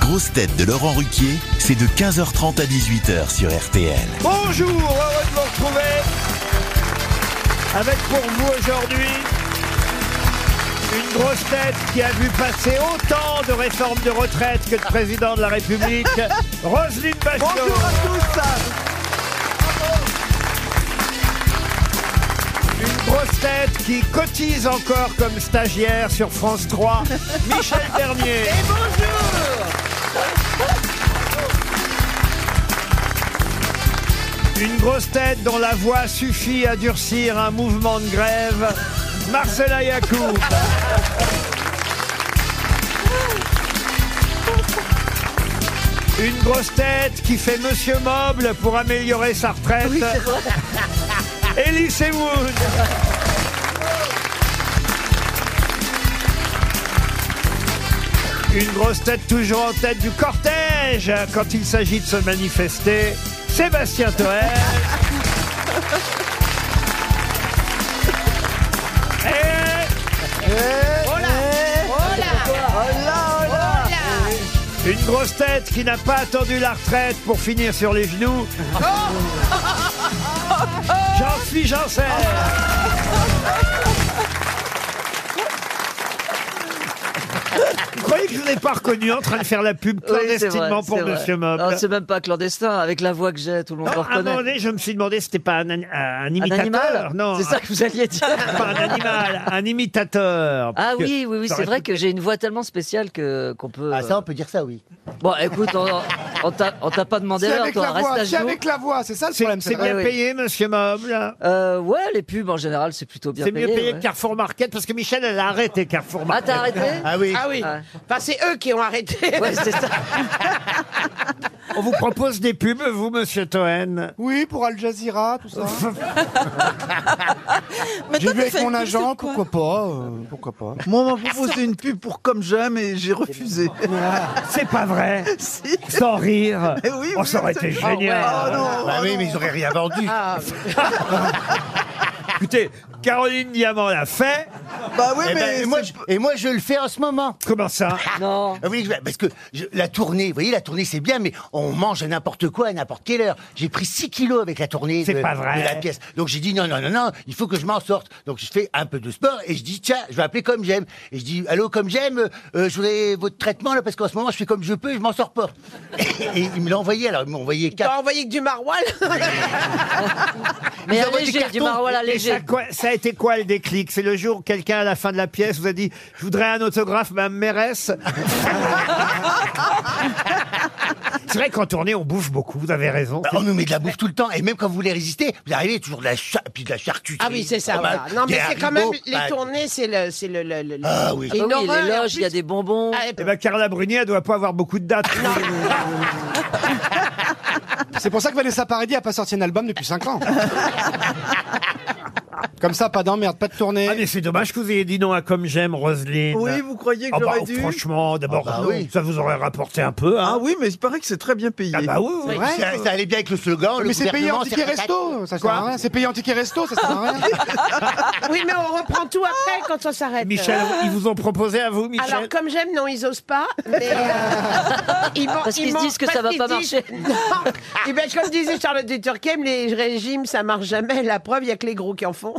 grosses têtes de Laurent Ruquier, c'est de 15h30 à 18h sur RTL. Bonjour, heureux de vous retrouver avec pour vous aujourd'hui une grosse tête qui a vu passer autant de réformes de retraite que de président de la République, Roselyne Bachelot. Bonjour à tous Une grosse tête qui cotise encore comme stagiaire sur France 3, Michel Dernier. Et bonjour Une grosse tête dont la voix suffit à durcir un mouvement de grève, Marcela Yacoub. Une grosse tête qui fait Monsieur Moble pour améliorer sa retraite, Elie Semoun. Une grosse tête toujours en tête du cortège quand il s'agit de se manifester, Sébastien Toer. Et Eh Eh Eh. une grosse tête qui n'a pas attendu la retraite pour finir sur les genoux, Jean-Philippe Janssen. Vous croyez que je ne l'ai pas reconnu en train de faire la pub Oui, c'est vrai, clandestinement pour c'est vrai. Monsieur Mob Non, C'est même pas clandestin, avec la voix que j'ai, tout le monde Non, le à un moment reconnaît. donné, je me suis demandé, c'était pas un, an- un Un imitateur animal Non, C'est ça que vous alliez dire pas un animal, un imitateur. Ah Parce que oui, oui, oui, ça c'est aurait vrai pu- que j'ai une voix tellement spéciale que qu'on peut. Ah ça, euh, on peut dire ça, oui. Bon, écoute, on, on t'a on t'a pas demandé C'est l'heure, avec la toi, reste voix, à c'est genoux. avec la voix, c'est ça le C'est problème. c'est c'est vrai, bien oui. payé, monsieur Moble. Euh, ouais, les pubs en général, c'est plutôt bien C'est payé. mieux payé ouais. que Carrefour Market parce que Michel, elle a arrêté Carrefour Ah, Market. t'as arrêté Ah oui. Ah oui, Ouais. enfin c'est eux qui ont arrêté. Ouais, c'est ça. On vous propose des pubs, vous, monsieur Toen. Oui, pour Al Jazeera, tout ça. J'ai vu avec mon agent, pourquoi pas, euh, pourquoi pas. Moi, on m'a proposé une pub pour Comme J'aime et j'ai refusé. C'est pas vrai. Si. Sans rire. Eh oui, on oui, s'aurait c'est- été Ah ouais. génial. Oh non. Bah oui, mais ils auraient rien vendu. Ah, Écoutez, Caroline Diamant l'a fait. Bah oui, Eh ben, mais et, moi, c'est- je, et moi, je le fais en ce moment. Comment ça Non. Ah Oui, je- parce que je- la tournée, vous voyez, la tournée c'est bien, mais on mange à n'importe quoi, à n'importe quelle heure. J'ai pris 6 kilos avec la tournée C'est de, pas vrai. de la pièce. Donc j'ai dit non, non, non, non, il faut que je m'en sorte. Donc je fais un peu de sport et je dis tiens, je vais appeler comme j'aime. Et je dis allô, comme j'aime, euh, euh, je voudrais votre traitement là parce qu'en ce moment je fais comme je peux et je m'en sors pas. Et, il me l'a envoyé, alors il m'a envoyé T'as 4. envoyé que du maroilles Mais Ils à envoient des léger, du cartons, maroilles à Ah Et ça, léger. quoi- ça a été quoi le déclic C'est le jour où quelqu'un à la fin de la pièce vous a dit Je voudrais un autographe, ma mairesse. C'est vrai qu'en tournée, on bouffe beaucoup, vous avez raison. oh. Bah, on nous met de la bouffe tout le temps, et même quand vous voulez résister, vous arrivez toujours de la, cha- puis de la charcuterie. Ah oui, c'est ça. du fromage, voilà. Non, mais des c'est quand même haricots, les bah, tournées, c'est le, c'est le, le- le- le- Ah oui. Ah bah Une oui, Eh horreur, les et en loges, il y a plus- des bonbons. Ah, et- Et ben Carla Bruni, elle doit pas avoir beaucoup de dates. Ah, C'est pour ça que Vanessa Paradis a pas sorti un album depuis 5 ans. Comme ça, pas d'emmerde, pas de tournée. Ah mais c'est dommage que vous ayez dit non à Comme j'aime, Roselyne. Oui, vous croyez que Ah bah, j'aurais oh, dû Franchement, d'abord, Ah bah non, oui. ça vous aurait rapporté un peu. Hein. Ah oui, mais il paraît que c'est très bien payé. Ah bah oui, oui. C'est vrai, ça, ça allait bien avec le slogan. le mais c'est payé en gouvernement, ticket c'est retraite. resto, ça sert à rien. C'est payé en ticket resto, ça sert à rien. Oui, mais on reprend tout après quand on s'arrête. Euh, Michel, ils vous ont proposé à vous, Michel Alors, comme j'aime, non, ils osent pas. Mais euh, ils m'en- Parce qu'ils ils m'en- se disent que ça va qu'ils pas disent- marcher. Non. Et ben, comme disait Charlotte de Turckheim, les régimes, ça marche jamais. La preuve, il y a que les gros qui en font.